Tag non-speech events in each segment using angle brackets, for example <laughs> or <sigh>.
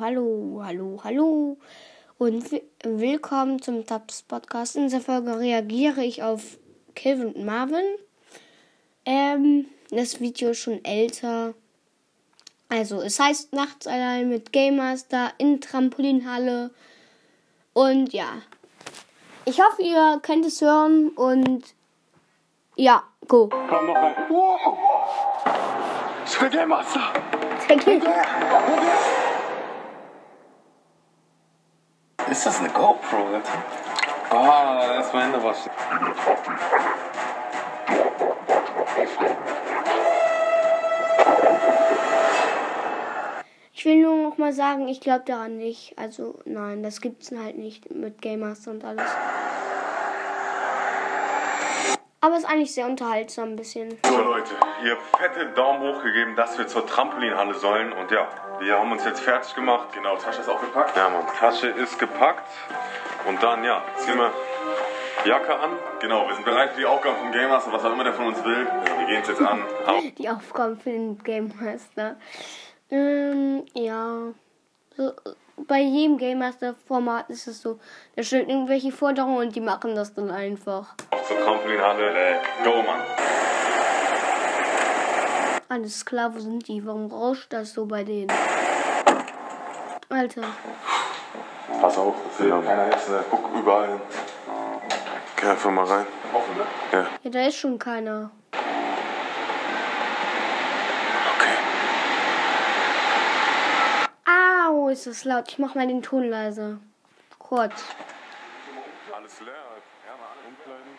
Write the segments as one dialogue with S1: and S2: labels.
S1: hallo, hallo, hallo. Und wi- willkommen zum Tabs Podcast. In dieser Folge reagiere ich auf Kevin und Marvin. Ähm, das Video ist schon älter. Also, es heißt Nachts allein mit Gamemaster in Trampolinhalle. Und ja. Ich hoffe, ihr könnt es hören und ja, go.
S2: Komm noch rein. Wow. Das ist der Game Master.
S3: Ist das eine GoPro? Alter?
S2: Ah, erstmal Hände waschen.
S1: Ich will nur noch mal sagen, ich glaube daran nicht. Also nein, das gibt's halt nicht mit Game Master und alles. Aber ist eigentlich sehr unterhaltsam ein bisschen.
S4: So Leute, ihr fette Daumen hoch gegeben, dass wir zur Trampolinhalle sollen. Und ja, wir haben uns jetzt fertig gemacht. Genau, Tasche ist auch gepackt. Ja, Mann, Tasche ist gepackt. Und dann, ja, ziehen wir Jacke an. Genau, wir sind bereit für die Aufgaben vom Game Master, was auch immer der von uns will. Also, wir gehen es jetzt an. Au.
S1: Die Aufgaben für den Game Master. Ähm, ja. So, äh, bei jedem Game Master Format ist es so, da stehen irgendwelche Forderungen und die machen das dann einfach.
S4: Auf zur Trampolinhalle. Äh, Go, Mann.
S1: Alles klar, wo sind die? Warum rauscht das so bei denen? Alter.
S3: Pass auf, das will ja keiner jetzt. Ne? Guck überall hin.
S4: Geh einfach mal rein.
S3: Offen, ne?
S4: Ja.
S1: Ja, da ist schon keiner.
S4: Okay.
S1: Au, ist das laut. Ich mach mal den Ton leiser. Kurz.
S4: Alles leer. Ärmel alle umkleiden.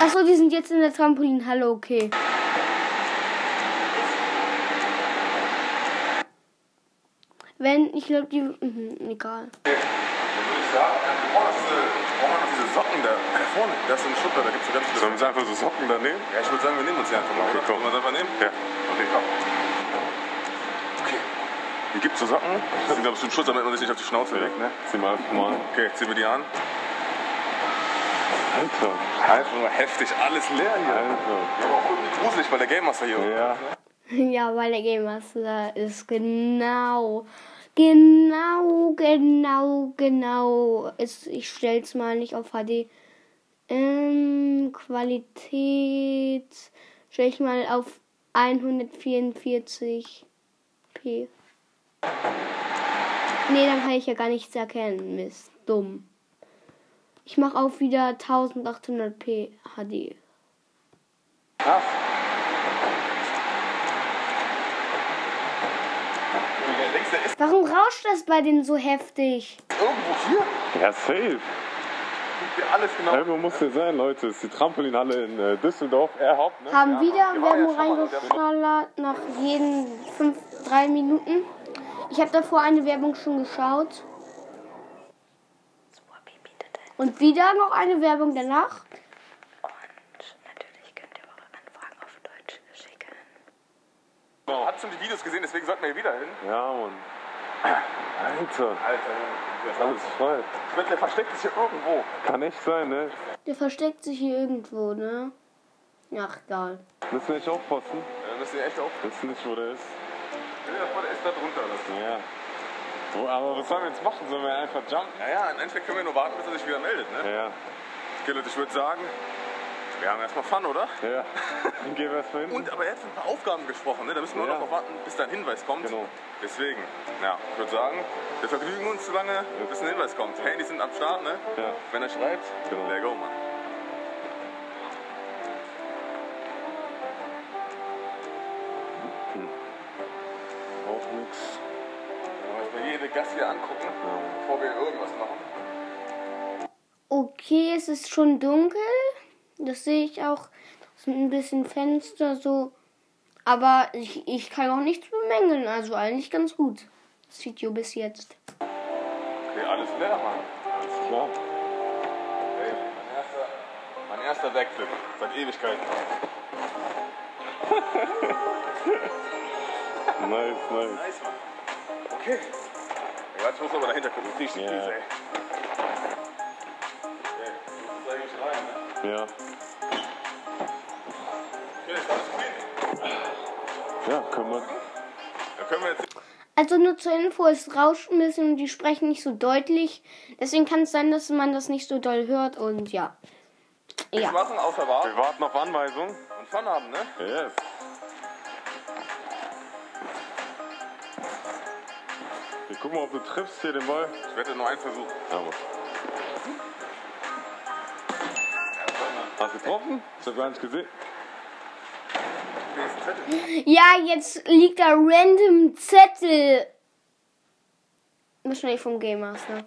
S1: Achso, die sind jetzt in der Trampolinhalle, okay. Wenn, ich glaube, die. Mhm, egal.
S3: diese Socken da vorne, das ist eine Schublade, da gibt es ganz viele.
S4: Sollen wir uns einfach so Socken da nehmen?
S3: Ja, ich würde sagen, wir nehmen uns die einfach mal.
S4: Okay,
S3: oder?
S4: komm.
S3: Sollen wir uns einfach nehmen?
S4: Ja.
S3: Okay, komm. Okay.
S4: Gibt's so Socken?
S3: Das sind, glaube ich, zum Schutz, damit man sich nicht auf die Schnauze legt, ne?
S4: Zieh mal einfach mal.
S3: Okay, ziehen wir die an.
S4: Alter.
S3: Einfach mal heftig, alles leer hier.
S4: Alter.
S3: Gruselig, weil der Game Master hier.
S4: Ja.
S1: Ja, weil der Game Master ist genau. Genau, genau, genau. Ist, ich stell's mal nicht auf HD. Ähm, Qualität. Stell ich mal auf 144p. Nee, dann kann ich ja gar nichts erkennen. Mist. Dumm. Ich mach auf wieder 1800p HD.
S3: Krass. Links, der ist
S1: Warum rauscht das bei denen so heftig?
S3: irgendwo hier.
S4: Ja, safe.
S3: Guck dir alles genau.
S4: Irgendwo muss hier sein, Leute. Es ist die Trampolinhalle in äh, Düsseldorf, Erhaupt, ne?
S1: Haben wieder
S3: wir waren ja
S1: Werbung
S3: schon mal in der
S1: reingeschallert nach jeden fünf, drei Minuten. Ich habe davor eine Werbung schon geschaut.
S5: Swami bietet ein
S1: Und wieder noch eine Werbung danach.
S5: und natürlich könnt ihr eure Anfragen auf Deutsch schicken.
S3: Hat schon die Videos gesehen, deswegen sollten wir hier wieder hin.
S4: Ja, Mann. Alter.
S3: Alter,
S4: Alles voll.
S3: ich wette, der versteckt sich hier irgendwo.
S4: Kann echt sein, ne?
S1: Der versteckt sich hier irgendwo, ne? Ach, egal.
S4: Müssen wir echt aufpassen.
S3: Da müssen wir echt auf.
S4: Wissen nicht, wo der ist.
S3: Der ist da drunter. Das
S4: Ja. So, aber was sollen wir jetzt machen? Sollen wir einfach jumpen?
S3: naja, im Endeffekt können wir nur warten, bis er sich wieder meldet. Ne?
S4: Ja.
S3: Okay, Leute, ich würde sagen, wir haben erstmal Fun, oder?
S4: Ja. Dann gehen wir erstmal hin.
S3: Und aber er hat von ein paar Aufgaben gesprochen, ne? da müssen wir
S4: Ja.
S3: nur noch warten, bis da ein Hinweis kommt.
S4: Genau.
S3: Deswegen, ja, ich würde sagen, wir vergnügen uns so lange, bis ein Hinweis kommt. Handys sind am Start, ne?
S4: Ja.
S3: Wenn er schreibt,
S4: Genau.
S3: there go, Mann.
S4: Hm. Auch nix.
S3: Wenn wir uns mal jede Gast hier angucken, bevor wir irgendwas machen.
S1: Okay, es ist schon dunkel. Das sehe ich auch. Es sind ein bisschen Fenster so. Aber ich, ich kann auch nichts bemängeln. Also eigentlich ganz gut. Das Video bis jetzt.
S3: Okay, alles leer, Mann.
S4: Alles klar.
S3: Ey, mein erster, mein erster Backflip seit Ewigkeiten.
S4: Nice, nice.
S3: Nice, Mann. Okay. Ja, warte, ich muss aber dahinter gucken. Riecht
S4: Ja.
S3: yeah. ey. Ey, du musst eigentlich rein, ne?
S4: Ja.
S3: Okay, das ist alles clean.
S4: Ja, können wir.
S3: Dann können wir jetzt
S1: Also nur zur Info, es rauscht ein bisschen und die sprechen nicht so deutlich. Deswegen kann es sein, dass man das nicht so doll hört und ja.
S3: Nichts
S1: Ja.
S3: machen, außer warten
S4: Wir warten auf Anweisung.
S3: und Fun haben, ne?
S4: Yes. Wir gucken mal, ob du triffst hier den Ball.
S3: Ich wette nur einen Versuch.
S4: Ja, Mann. Hast du getroffen? Ich hab gar nicht gesehen.
S3: Nächsten Zettel.
S1: Ja, jetzt liegt da random Zettel. Wahrscheinlich vom Game ne? Master.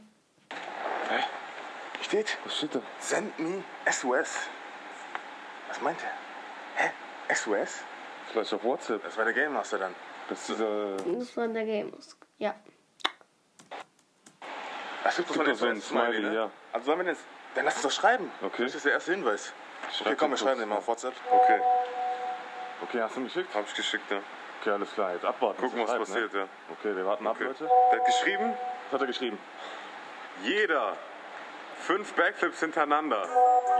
S3: Steht,
S4: Was steht da?
S3: send me SOS. Was meint er? Hä? SOS?
S4: Vielleicht auf WhatsApp.
S3: Das war der Game Master dann.
S4: Das ist dieser.
S1: Das war der Game Master. Ja.
S3: Es gibt doch
S4: Gibt doch so
S3: so
S4: ein
S3: einen Smiley,
S4: Smiley,
S3: ne?
S4: ja.
S3: Also sollen wir den jetzt... Dann lass uns doch schreiben.
S4: Okay.
S3: Das ist der erste Hinweis.
S4: Schreib
S3: Okay, komm,
S4: den
S3: wir schreiben
S4: kurz,
S3: den mal
S4: ja.
S3: auf WhatsApp.
S4: Okay. Okay, hast du mich geschickt?
S3: Hab ich geschickt, ja.
S4: Okay, alles klar. Jetzt abwarten.
S3: Gucken, was
S4: Schreibt,
S3: passiert, ja.
S4: Okay, wir warten
S3: Okay.
S4: ab, Leute.
S3: Der hat geschrieben,
S4: Was hat er geschrieben?
S3: jeder. Fünf Backflips hintereinander.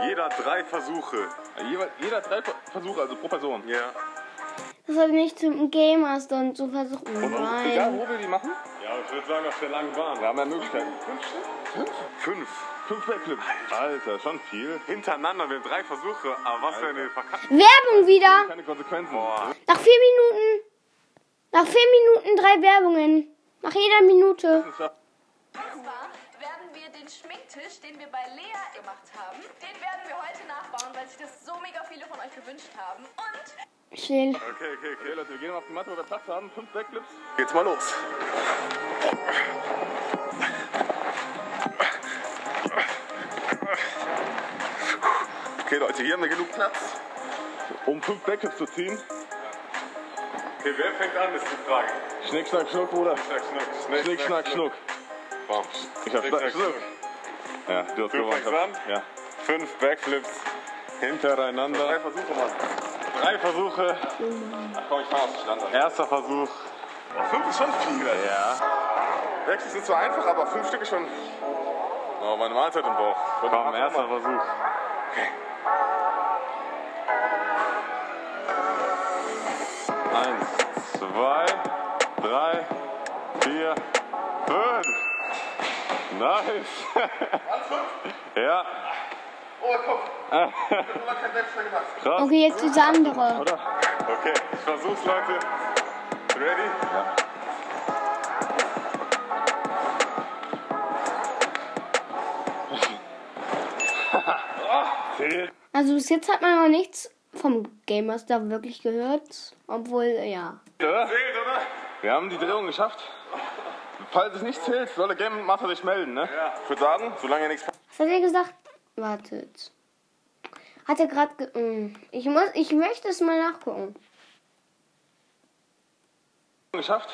S3: Jeder drei Versuche.
S4: Jeder, jeder drei Versuche, also pro Person.
S3: Ja.
S1: Das hat nicht zum Game Master und zu versuchen. Oh
S4: Egal,
S1: nein.
S4: wo wir die machen?
S3: Ja, ich würde sagen, auf der langen Bahn.
S4: Wir haben ja Möglichkeiten.
S3: Fünf.
S4: Fünf Backflips. Alter, schon viel.
S3: Hintereinander, wir haben drei Versuche. Aber was, wenn wir verkacken?
S1: Werbung wieder.
S4: Keine Konsequenzen.
S3: Boah.
S1: Nach vier Minuten. Nach vier Minuten drei Werbungen. Nach jeder Minute.
S6: Nachbar werden wir den Schminktisch, den wir bei Lea gemacht haben, den werden wir heute nachbauen, weil sich das so mega viele von euch gewünscht haben. Und
S1: Schnell.
S3: Okay, okay, okay.
S4: Okay, Leute, wir gehen auf die Matte, wo wir Platz haben. Fünf Backflips.
S3: Geht's mal los. Okay, Leute, hier haben wir genug Platz.
S4: Um fünf Backflips zu ziehen.
S3: Okay, wer fängt an, ist die Frage.
S4: Schnick, schnack, schnuck, Bruder.
S3: Schnack, schnuck.
S4: Schnick, schnack, schnuck.
S3: Bam.
S4: Ich hab
S3: Schnick, schnack,
S4: schnack, schnuck. Ja, du hast
S3: Du
S4: gewonnen.
S3: fängst an?
S4: Ja.
S3: Fünf Backflips. Drei
S4: Hintereinander.
S3: Versuche, Mann.
S4: Drei Versuche.
S3: Ach komm, ich fahr auf die Standard.
S4: Erster Versuch.
S3: Fünf ist schon viel.
S4: Ja.
S3: Backflips sind zwar einfach, aber fünf Stück ist schon... Oh, meine Mahlzeit im Bauch.
S4: Komm, erster Versuch. Eins, zwei, drei, vier, fünf. Nice. <laughs> ja.
S1: Okay, jetzt dieser andere.
S3: Okay, ich versuch's, Leute. Ready?
S4: <laughs> Ja. Zehn.
S1: Also bis jetzt hat man noch nichts vom Game Master wirklich gehört. Obwohl, ja.
S4: Oder?
S3: Zählt, oder?
S4: Wir haben die Drehung geschafft. Falls es nicht zählt, soll der Game Master sich melden, ne?
S3: Ja. Ich würde sagen, solange ihr nichts
S1: Was hat er gesagt? Wartet. Hat er gerade. Ge mm. ich, muss, ich möchte es mal nachgucken.
S4: Geschafft.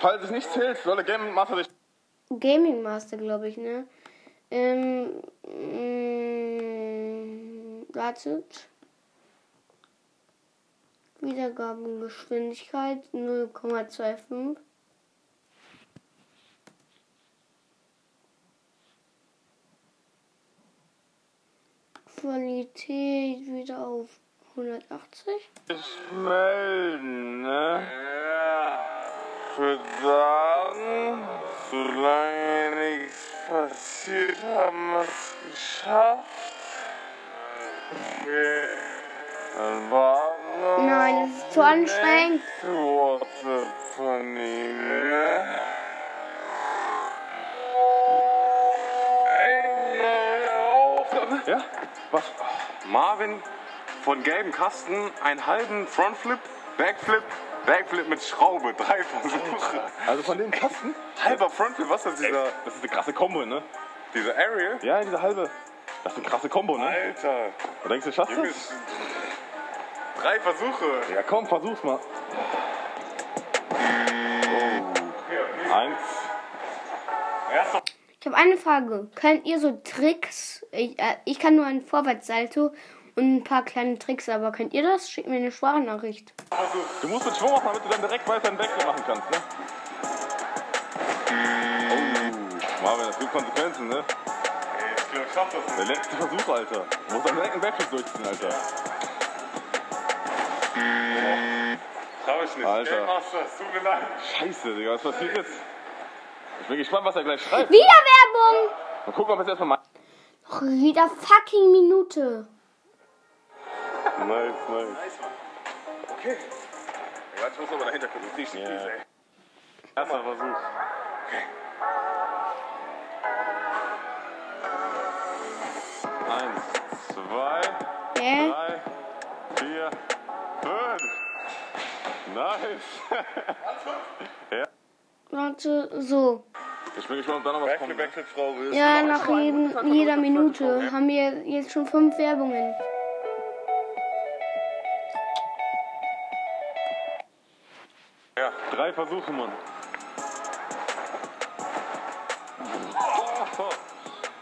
S4: Falls es nicht zählt, soll der Game Master sich
S1: Gaming Master, glaube ich, ne? Ähm, mm, wartet. Wiedergabengeschwindigkeit 0,25. Qualität wieder auf 180.
S4: melden, ne?
S3: Ja, für sagen, solange nichts passiert, haben wir es geschafft. Okay. Dann warten wir
S1: Nein, das ist zu anstrengend.
S3: auf die Worte von ihm. ne? Ey, nein, auf.
S4: Ja? Was?
S3: Marvin von gelben Kasten einen halben Frontflip, Backflip, Backflip mit Schraube, <laughs> drei Versuche.
S4: Also von dem Kasten?
S3: Halber Frontflip, was ist das, dieser,
S4: Das ist eine krasse Kombo, ne?
S3: dieser Aerial?
S4: Ja, diese halbe. Das ist eine krasse Kombo, ne?
S3: Alter,
S4: Und denkst du, schaffst du
S3: Junge,
S4: das?
S3: ist- drei Versuche.
S4: Ja, komm, versuch's mal. Eins.
S1: Ich habe eine Frage. Könnt ihr so Tricks? Ich, äh, ich kann nur einen Vorwärtssalto und ein paar kleine Tricks, aber könnt ihr das? Schickt mir eine Sprachnachricht.
S4: Du musst mit Schwung machen, damit du dann direkt weiter einen Wechsel machen kannst, ne? Oh, Marvin, das gibt Konsequenzen, ne?
S3: Ey, ich glaube, ich schaff das
S4: Der letzte Versuch, Alter. Du musst dann direkt einen Backflip durchziehen, Alter. Hab ich nicht.
S3: Alter.
S4: Game Masters, tut mir leid.
S3: Scheiße, Digga, was passiert jetzt? Ich bin gespannt, was er gleich schreibt.
S1: Wieder Werbung!
S3: Mal gucken, ob er es erstmal macht.
S1: Noch jeder fucking Minute.
S4: Nice, nice.
S3: Okay. Ja, ich muss aber dahinter gucken. Ich sehe
S4: Ja. Erster Versuch. Eins, zwei,
S1: Hä?
S4: drei, vier, fünf. Nice.
S1: Warte, so.
S3: Ich bin gespannt, ob da noch was kommt.
S4: Backflip, Schraube.
S1: Ja, nach jedem, jeder Minute haben wir jetzt schon fünf Werbungen.
S4: Ja, drei Versuche, Mann.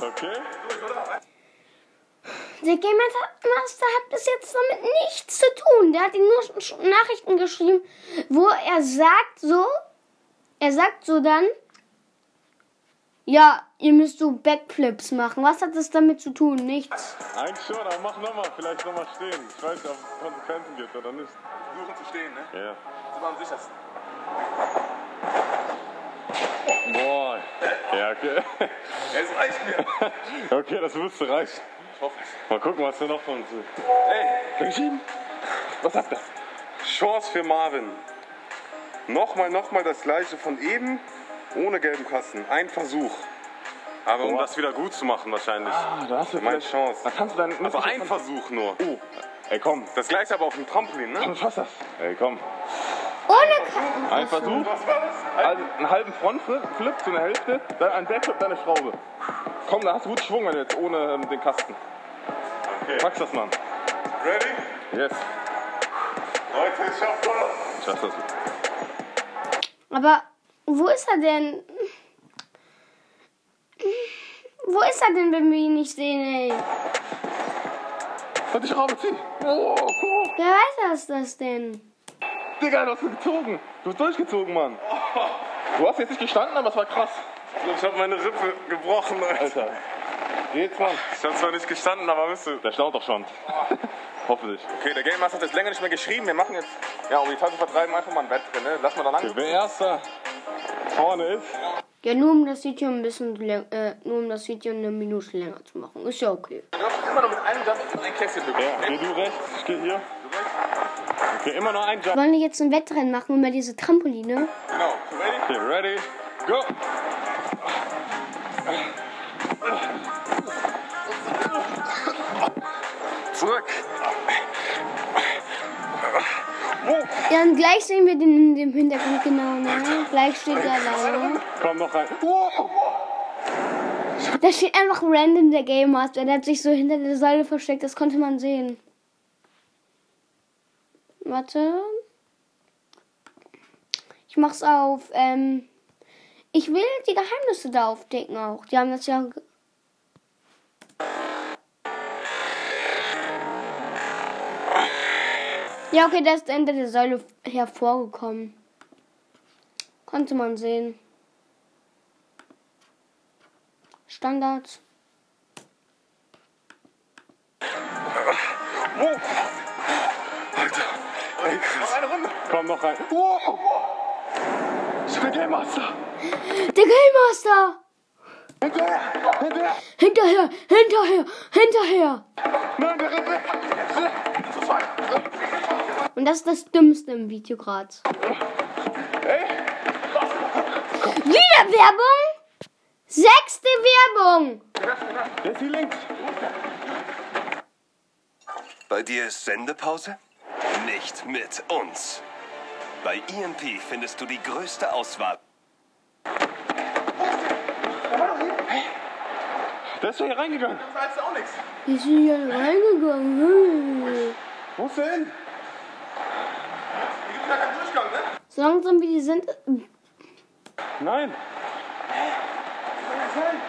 S4: Okay.
S1: Der Game Master hat bis jetzt damit nichts zu tun. Der hat ihm nur Sch- Nachrichten geschrieben, wo er sagt so, er sagt so dann, ja, ihr müsst so Backflips machen. Was hat das damit zu tun? Nichts.
S4: Ein Schurter, mach nochmal, vielleicht nochmal stehen. Ich weiß nicht, ob es Konsequenzen gibt oder nicht.
S3: Versuchen zu stehen, ne?
S4: Ja.
S3: Das war am sichersten.
S4: Boah.
S3: <laughs>
S4: Ja, okay.
S3: Es reicht mir. <laughs>
S4: Okay, das müsste reichen.
S3: Ich hoffe es.
S4: Mal gucken, was wir noch von uns sind.
S3: Ey, hinschieben?
S4: Was sagt er?
S3: Chance für Marvin. Nochmal, nochmal das gleiche von eben, ohne gelben Kasten. Ein Versuch.
S4: Aber um
S3: Boah.
S4: das wieder gut zu machen wahrscheinlich.
S3: Ah, da hast du
S4: Meine
S3: vielleicht-
S4: Chance.
S3: Da kannst du dann-
S4: Aber ein Versuch nur.
S3: Oh. Ey, komm.
S4: Das gleiche aber auf dem Trampolin, ne?
S3: Komm, fass das.
S4: Ey, komm.
S1: Ohne Ka-
S3: Ein Versuch.
S4: Was war das?
S3: Also einen halben Frontflip Flip zu einer Hälfte, dann ein Backflip, dann eine Schraube. Komm, da hast du gut Schwung, wenn du jetzt ohne ähm, den Kasten.
S4: Okay.
S3: Packst das, Mann.
S4: Ready?
S3: Yes.
S4: Leute, ich schaff das.
S3: Ich schaff das.
S1: Aber wo ist er denn? Wo ist er denn, wenn wir ihn nicht sehen, ey?
S3: Und die Schraube zieh. Oh, oh.
S1: Wer weiß das, das denn?
S3: Digga, du hast es gezogen. Du hast durchgezogen, Mann. Du hast jetzt nicht gestanden, aber es war krass.
S4: Ich glaub, ich hab meine Rippe gebrochen, Alter.
S3: Alter. Geh jetzt, Mann.
S4: Ich hab zwar nicht gestanden, aber müsste.
S3: Der schnaubt doch <laughs> schon. Hoffentlich.
S4: Okay, der Game Master hat jetzt länger nicht mehr geschrieben. Wir machen jetzt.
S3: Ja, um die Zeit zu vertreiben, einfach mal ein Bett drin, ne? Lass mal da lang.
S4: Wer erster vorne ist.
S1: Ja, nur um das Video ein bisschen, läng- äh, nur um das Video eine Minute länger zu machen. Ist ja okay.
S3: Du hast immer nur mit einem Jump in ein Kästchen drücken.
S4: Ja, geh du rechts, ich geh hier. Okay, immer nur ein Jump.
S1: Wollen wir jetzt ein Wettrennen machen über diese Trampoline?
S3: Genau. Ready?
S4: Okay, ready, go!
S3: Zurück.
S1: Dann gleich sehen wir den in dem Hintergrund genau, ne? Gleich steht der da.
S4: Komm noch rein.
S1: Da steht einfach random der Game Master. Der hat sich so hinter der Säule versteckt, das konnte man sehen. Warte. Ich mach's auf. Ähm, ich will die Geheimnisse da aufdecken auch. Die haben das ja. ge- Ja, okay, der ist hinter der Säule hervorgekommen. Konnte man sehen. Standards.
S4: Komm noch rein.
S3: Ich bin Game Master.
S1: Der Game Master!
S3: Hinterher. Hinterher.
S1: Hinterher, hinterher, hinterher!
S3: Nein, der Rippe. Zu zweit.
S1: Und das ist das Dümmste im Video gerade. Wieder Werbung! Sechste Werbung!
S3: Jetzt hier links.
S7: Bei dir ist Sendepause? Nicht mit uns. Bei EMP findest du die größte Auswahl.
S3: Der ist doch hier reingegangen. Das heißt auch nichts.
S1: Wir sind ja reingegangen. ne?
S3: Wo ist der hin? Hier gibt ja keinen Durchgang, ne?
S1: So langsam wie die sind.
S4: Nein,
S3: Kann ja sein.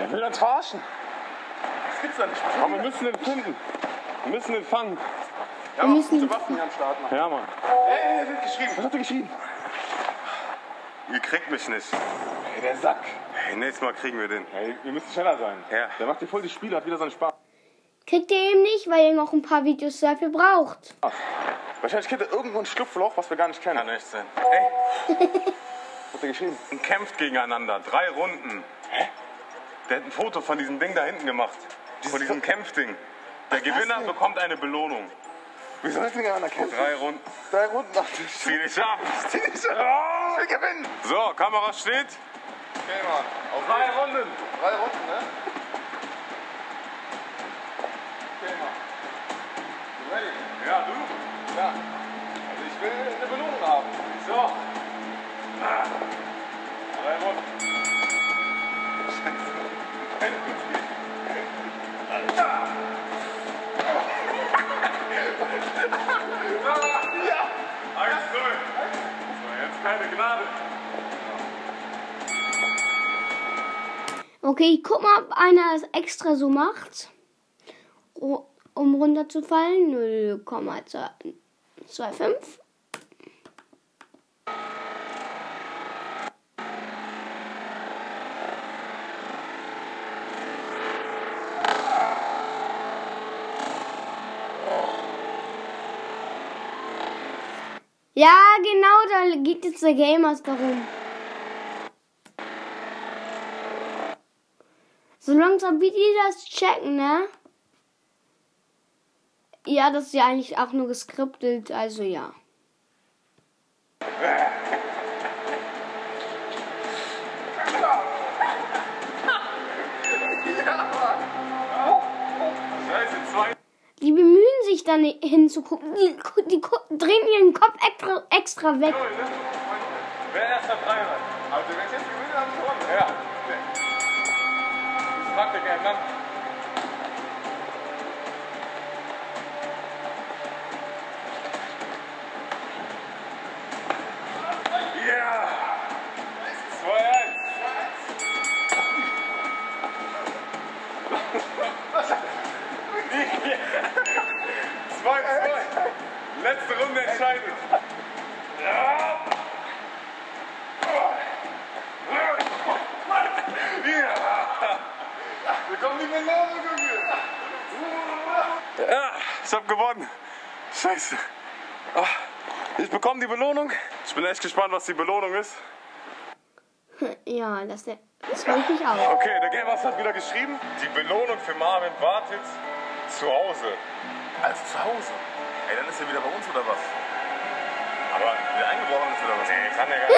S4: er will uns verarschen.
S3: Das gibt's doch nicht.
S4: Aber wir müssen den finden. Wir müssen den fangen.
S3: Ja,
S1: Wir müssen-
S3: gute Waffen hier am Start, Mann.
S4: Ja, Mann.
S3: Ey, ey, wird geschrieben. Was hat er geschrieben?
S4: Ihr kriegt mich nicht.
S3: Ey, der Sack.
S4: Hey, nächstes Mal kriegen wir den.
S3: Ey, wir müssen schneller sein.
S4: Ja.
S3: Der macht dir voll die Spiele, hat wieder seinen Spaß.
S1: Kriegt ihr eben nicht, weil ihr noch ein paar Videos dafür braucht.
S3: Wahrscheinlich kennt er irgendwo ein Schlupfloch, was wir gar nicht kennen.
S4: Kann echt sein. Ey,
S3: Hat er geschrieben.
S4: und kämpft gegeneinander. Drei Runden. Hä? Der hat ein Foto von diesem Ding da hinten gemacht. Von diesem Kämpfding. Der Gewinner
S3: denn?
S4: bekommt eine Belohnung.
S3: Wir sollten gegeneinander kämpfen.
S4: Drei Runden.
S3: Drei Runden nach dem Spiel.
S4: Zieh dich ab.
S3: <laughs> Ich will gewinnen.
S4: So, Kamera steht.
S3: Okay, Mann. Auf
S4: Drei Runden.
S3: drei Runden, ne? Okay, Mann. Du ready?
S4: Ja, du.
S3: Ja. Also ich will eine Belohnung haben.
S4: So. Ah. Drei Runden. <laughs> Ja. 1-0. So, jetzt keine Gnade.
S1: Okay, ich guck mal, ob einer das extra so macht. Ru- Um runterzufallen. 0,25. Ja, genau, da geht jetzt der Gamers darum. So langsam wie die das checken, ne? Ja, das ist ja eigentlich auch nur geskriptet, also ja.
S4: Scheiße, zwei.
S1: Die bemühen sich dann hinzugucken. Die, gu- die gu- drehen ihren Kopf extra, extra weg. <laughs>
S4: Wer erst ab drei hat.
S3: Also wenn ich jetzt gewinne, habe ich gewonnen.
S4: Ja. Ich frag dich gerne nach. Ja. <laughs> 2-1. <laughs> Zwei, zwei. Letzte Runde entscheidet.
S3: Wir kommen nicht mehr nach, wir kommen hier.
S4: Ja, ich hab gewonnen. Scheiße. Ah, Ich bekomme die Belohnung. Ich bin echt gespannt, was die Belohnung ist.
S1: Ja, das, das will ich nicht auch.
S4: Okay, der Gamers hat wieder geschrieben. Die Belohnung für Marvin wartet zu Hause.
S3: Also zu Hause. Ey, dann ist er wieder bei uns oder was? Aber wieder eingebrochen ist oder was?
S4: Nee, kann der gar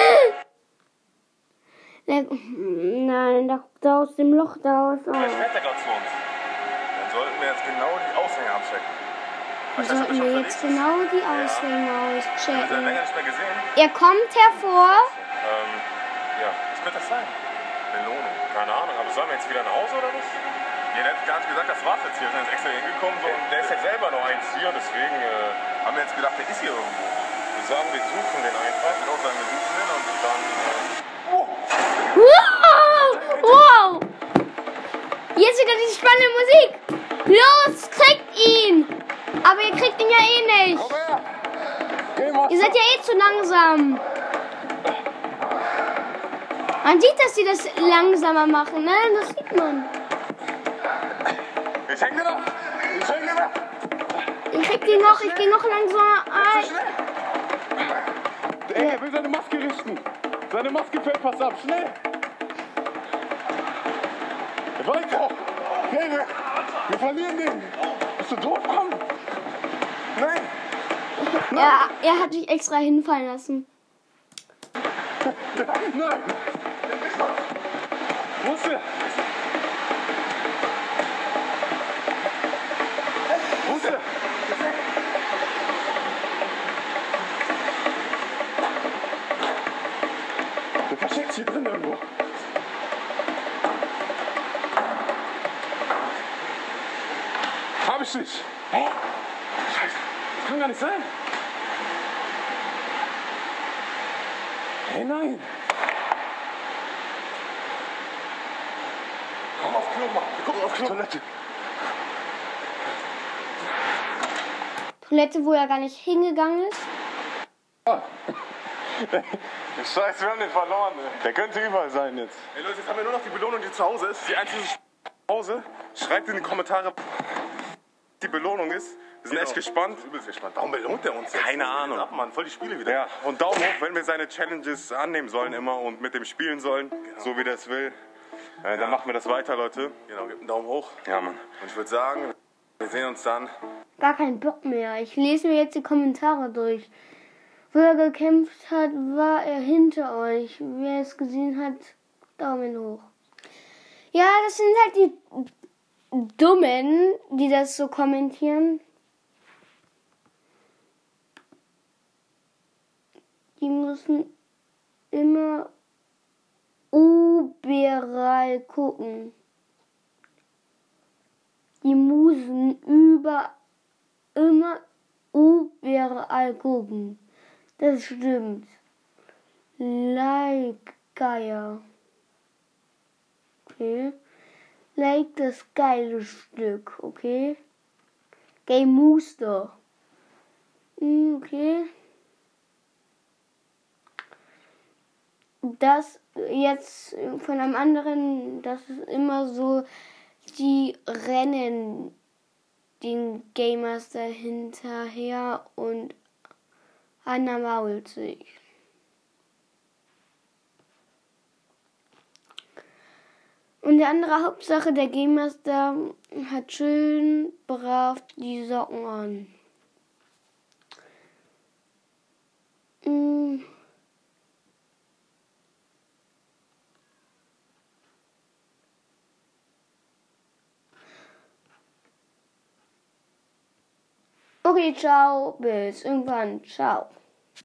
S4: nicht.
S1: Ne, <laughs> Nein, da, da aus dem Loch da aus.
S3: Vielleicht
S1: Oh.
S3: fährt er gerade zu uns. Dann sollten wir jetzt genau die Aushänge abchecken.
S1: Wir sollten wir jetzt genau die Ausgänge
S3: Wir haben
S1: auschecken.
S3: länger nicht mehr gesehen.
S1: Er kommt hervor.
S3: Ähm, ja, was könnte das sein? Belohnung.
S4: Keine Ahnung, aber sollen wir jetzt wieder nach Hause oder nicht?
S3: Ja, der hat gar nicht gesagt, das war's jetzt hier. Wir sind jetzt extra hier hingekommen. So, und
S4: Der ist ja selber noch eins hier, deswegen äh,
S3: haben wir jetzt gedacht, der ist hier irgendwo.
S4: wir sagen, wir suchen den
S3: Ich
S4: einfach.
S3: würde auch sagen, wir suchen den und
S4: äh,
S3: dann...
S1: Wow! Wow! Jetzt wieder diese spannende Musik. Los, kriegt ihn! Aber ihr kriegt ihn ja eh nicht. Ihr seid ja eh zu langsam. Man sieht, dass sie das langsamer machen, ne? Das sieht man.
S3: Ich häng dir noch! Ich häng dir noch!
S1: Ich krieg den noch, ich geh noch langsamer ein.
S3: Ey, er will seine Maske richten. Seine Maske fällt fast ab. Schnell! Weiter! Hey, wir, wir verlieren den! Bist du doof, komm! Nein!
S1: Ja, er hat mich extra hinfallen lassen.
S3: Nein! Musst du! Musst du! Der versteckt sich hier drin irgendwo. Hab ich nicht! Hä? Scheiße! Das kann gar nicht sein! Hey, nein! Komm auf Klo, Mann. Wir gucken auf Klo. Toilette.
S1: Toilette, wo er gar nicht hingegangen ist.
S4: Scheiße, wir haben den verloren. Ey. Der könnte überall sein jetzt.
S3: Ey, Leute, jetzt haben wir nur noch die Belohnung, die zu Hause ist. Die einzige zu Hause.
S4: Schreibt in die Kommentare.
S3: die Belohnung ist.
S8: Genau.
S3: Wir sind echt gespannt.
S8: Übelst gespannt. Warum belohnt er uns jetzt?
S3: Keine Ahnung.
S8: Ab, Mann. Voll die Spiele wieder.
S3: Ja, und Daumen hoch, wenn wir seine Challenges annehmen sollen immer und mit dem spielen sollen, so wie der es will. Äh, Dann machen wir das weiter, Leute.
S8: Genau, gib einen Daumen hoch.
S3: Ja, Mann.
S8: Und ich würde sagen, wir sehen uns dann.
S1: Gar keinen Bock mehr. Ich lese mir jetzt die Kommentare durch. Wo er gekämpft hat, war er hinter euch. Wer es gesehen hat, Daumen hoch. Ja, das sind halt die Dummen, die das so kommentieren. Die müssen immer überall gucken. Die müssen über immer überall gucken. Das stimmt. Like Geier. Okay. Like das geile Stück, okay? Game Mooster. Hm, Okay. Das jetzt von einem anderen, das ist immer so, die rennen den Gamers dahinterher und Anna mault sich. Und der andere Hauptsache, der Game Master hat schön brav die Socken an. Mm. Okay, ciao, bis irgendwann, ciao.